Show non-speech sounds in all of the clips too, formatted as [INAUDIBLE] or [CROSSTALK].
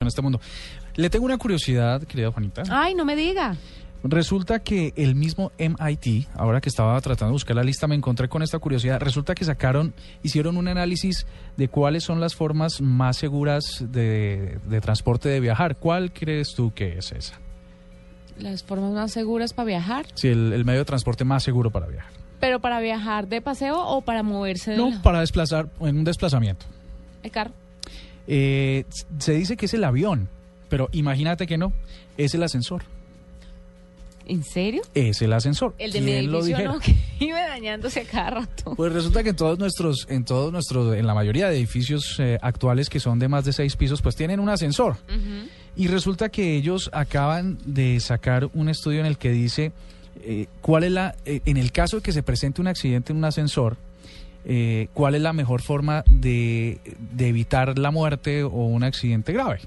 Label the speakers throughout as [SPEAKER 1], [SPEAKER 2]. [SPEAKER 1] en este mundo. Le tengo una curiosidad, querida Juanita.
[SPEAKER 2] Ay, no me diga.
[SPEAKER 1] Resulta que el mismo MIT, ahora que estaba tratando de buscar la lista, me encontré con esta curiosidad. Resulta que sacaron, hicieron un análisis de cuáles son las formas más seguras de, de transporte de viajar. ¿Cuál crees tú que es esa?
[SPEAKER 2] Las formas más seguras para viajar.
[SPEAKER 1] Sí, el, el medio de transporte más seguro para viajar.
[SPEAKER 2] ¿Pero para viajar de paseo o para moverse del
[SPEAKER 1] No, para desplazar, en un desplazamiento.
[SPEAKER 2] el carro?
[SPEAKER 1] Eh, s- se dice que es el avión, pero imagínate que no, es el ascensor.
[SPEAKER 2] ¿En serio?
[SPEAKER 1] Es el ascensor.
[SPEAKER 2] El de mi
[SPEAKER 1] ¿Quién lo
[SPEAKER 2] edificio
[SPEAKER 1] dijera?
[SPEAKER 2] no, [LAUGHS] que iba dañándose cada rato.
[SPEAKER 1] Pues resulta que en todos nuestros, en todos nuestros, en la mayoría de edificios eh, actuales que son de más de seis pisos, pues tienen un ascensor. Y resulta que ellos acaban de sacar un estudio en el que dice eh, cuál es la, eh, en el caso de que se presente un accidente en un ascensor, eh, cuál es la mejor forma de, de evitar la muerte o un accidente grave.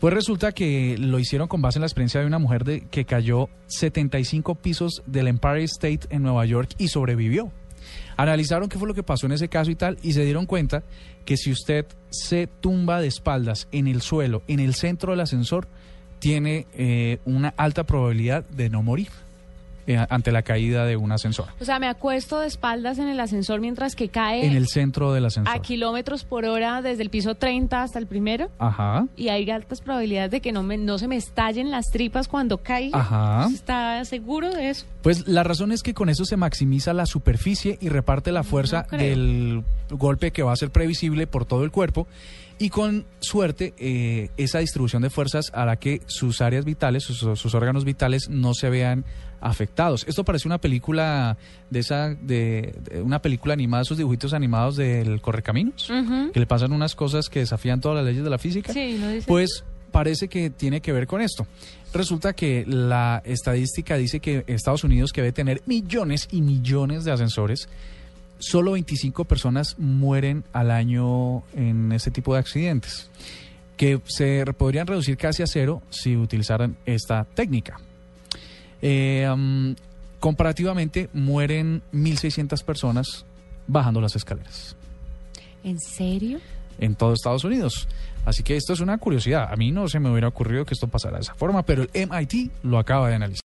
[SPEAKER 1] Pues resulta que lo hicieron con base en la experiencia de una mujer de- que cayó 75 pisos del Empire State en Nueva York y sobrevivió. Analizaron qué fue lo que pasó en ese caso y tal, y se dieron cuenta que si usted se tumba de espaldas en el suelo, en el centro del ascensor, tiene eh, una alta probabilidad de no morir eh, ante la caída de un ascensor.
[SPEAKER 2] O sea, me acuesto de espaldas en el ascensor mientras que cae
[SPEAKER 1] En el centro del ascensor.
[SPEAKER 2] a kilómetros por hora desde el piso 30 hasta el primero.
[SPEAKER 1] Ajá.
[SPEAKER 2] Y hay altas probabilidades de que no, me, no se me estallen las tripas cuando caiga.
[SPEAKER 1] Ajá.
[SPEAKER 2] ¿Está seguro de eso?
[SPEAKER 1] Pues la razón es que con eso se maximiza la superficie y reparte la fuerza
[SPEAKER 2] creo.
[SPEAKER 1] del golpe que va a ser previsible por todo el cuerpo. Y con suerte, eh, esa distribución de fuerzas hará que sus áreas vitales, sus, sus órganos vitales, no se vean afectados. Esto parece una película de esa, de, de una película animada, esos dibujitos animados del Correcaminos, que le pasan unas cosas que desafían todas las leyes de la física.
[SPEAKER 2] Sí, no dice.
[SPEAKER 1] Pues parece que tiene que ver con esto. Resulta que la estadística dice que Estados Unidos, que debe tener millones y millones de ascensores, solo 25 personas mueren al año en este tipo de accidentes, que se re- podrían reducir casi a cero si utilizaran esta técnica. Eh, mm, comparativamente, mueren 1.600 personas bajando las escaleras
[SPEAKER 2] ¿En serio?
[SPEAKER 1] en todo Estados Unidos. Así que esto es una curiosidad. A mí no se me hubiera ocurrido que esto pasara de esa forma, pero el MIT lo acaba de analizar.